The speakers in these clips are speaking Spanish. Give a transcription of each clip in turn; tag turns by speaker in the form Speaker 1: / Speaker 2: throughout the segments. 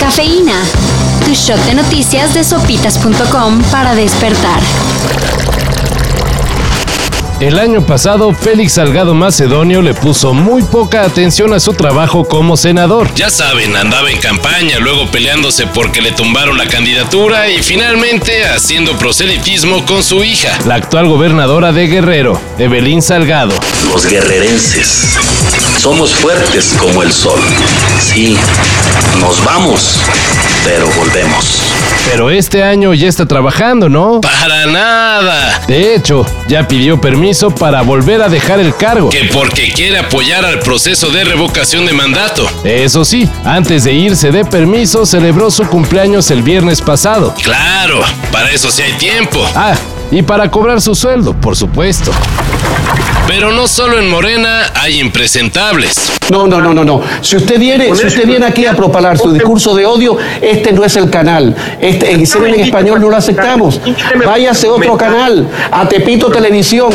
Speaker 1: Cafeína. Tu shot de noticias de sopitas.com para despertar.
Speaker 2: El año pasado, Félix Salgado Macedonio le puso muy poca atención a su trabajo como senador. Ya saben, andaba en campaña, luego peleándose porque le tumbaron la candidatura y finalmente haciendo proselitismo con su hija, la actual gobernadora de Guerrero, Evelyn Salgado.
Speaker 3: Los guerrerenses somos fuertes como el sol. Sí, nos vamos, pero volvemos.
Speaker 2: Pero este año ya está trabajando, ¿no? Para nada. De hecho, ya pidió permiso para volver a dejar el cargo. Que porque quiere apoyar al proceso de revocación de mandato. Eso sí, antes de irse de permiso, celebró su cumpleaños el viernes pasado. Claro, para eso sí hay tiempo. Ah, y para cobrar su sueldo, por supuesto. Pero no solo en Morena hay impresentables.
Speaker 4: No, no, no, no, no. Si usted viene, si usted viene aquí a propalar su discurso de odio, este no es el canal. Este, en CNN en español no lo aceptamos. Váyase a otro canal, a Tepito Televisión.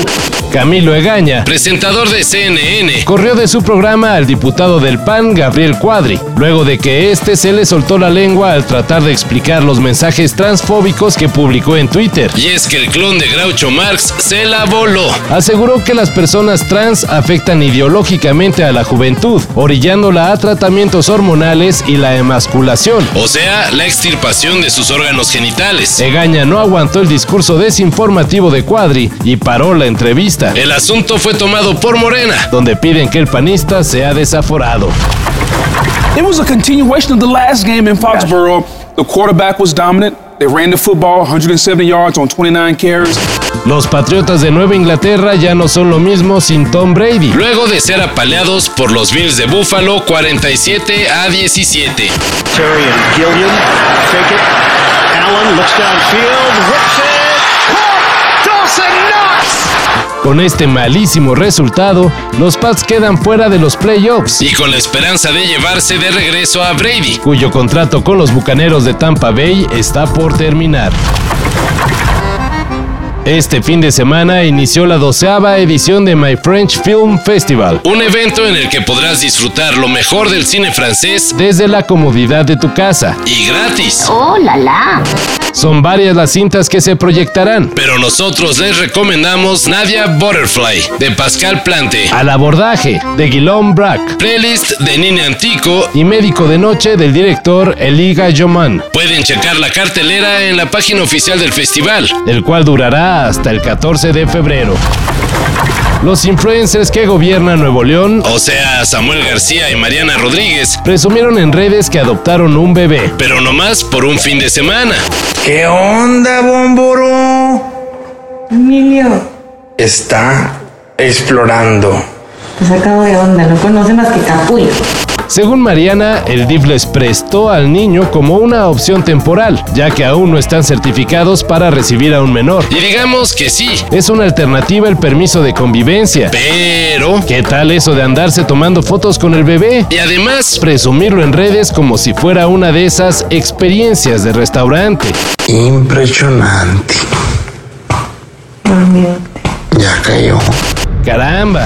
Speaker 2: Camilo Egaña, presentador de CNN, corrió de su programa al diputado del PAN, Gabriel Cuadri, luego de que este se le soltó la lengua al tratar de explicar los mensajes transfóbicos que publicó en Twitter. Y es que el clon de Groucho Marx se la voló. Aseguró que las personas trans afectan ideológicamente a la juventud, orillándola a tratamientos hormonales y la emasculación. O sea, la extirpación de sus órganos genitales. Egaña no aguantó el discurso desinformativo de Cuadri y paró la entrevista. El asunto fue tomado por Morena, donde piden que el panista sea desaforado.
Speaker 5: It was a continuation of the last game in Foxborough. The quarterback was dominant. They ran the football 170 yards on 29 carries.
Speaker 2: Los Patriotas de Nueva Inglaterra ya no son lo mismo sin Tom Brady. Luego de ser apaleados por los Bills de Buffalo 47 a 17.
Speaker 6: Terry and Gilliam take it. Allen looks downfield, rips it. Caught! Dawson Knox!
Speaker 2: Con este malísimo resultado, los Pats quedan fuera de los playoffs. Y con la esperanza de llevarse de regreso a Brady, cuyo contrato con los Bucaneros de Tampa Bay está por terminar. Este fin de semana inició la doceava edición de My French Film Festival, un evento en el que podrás disfrutar lo mejor del cine francés desde la comodidad de tu casa y gratis.
Speaker 7: ¡Oh, la, la!
Speaker 2: Son varias las cintas que se proyectarán, pero nosotros les recomendamos Nadia Butterfly de Pascal Plante, Al abordaje de Guillaume Braque, Playlist de Nine Antico y Médico de Noche del director Eliga Yoman. Pueden checar la cartelera en la página oficial del festival, el cual durará hasta el 14 de febrero. Los influencers que gobiernan Nuevo León, o sea, Samuel García y Mariana Rodríguez, presumieron en redes que adoptaron un bebé, pero nomás por un fin de semana.
Speaker 8: ¿Qué onda, Bomboro? Emilio. Está explorando.
Speaker 9: Te sacado de onda, no conoce más que capullo.
Speaker 2: Según Mariana, el DIF les prestó al niño como una opción temporal, ya que aún no están certificados para recibir a un menor. Y digamos que sí, es una alternativa el permiso de convivencia. Pero, ¿qué tal eso de andarse tomando fotos con el bebé? Y además, presumirlo en redes como si fuera una de esas experiencias de restaurante.
Speaker 8: Impresionante. Ya cayó.
Speaker 2: Caramba.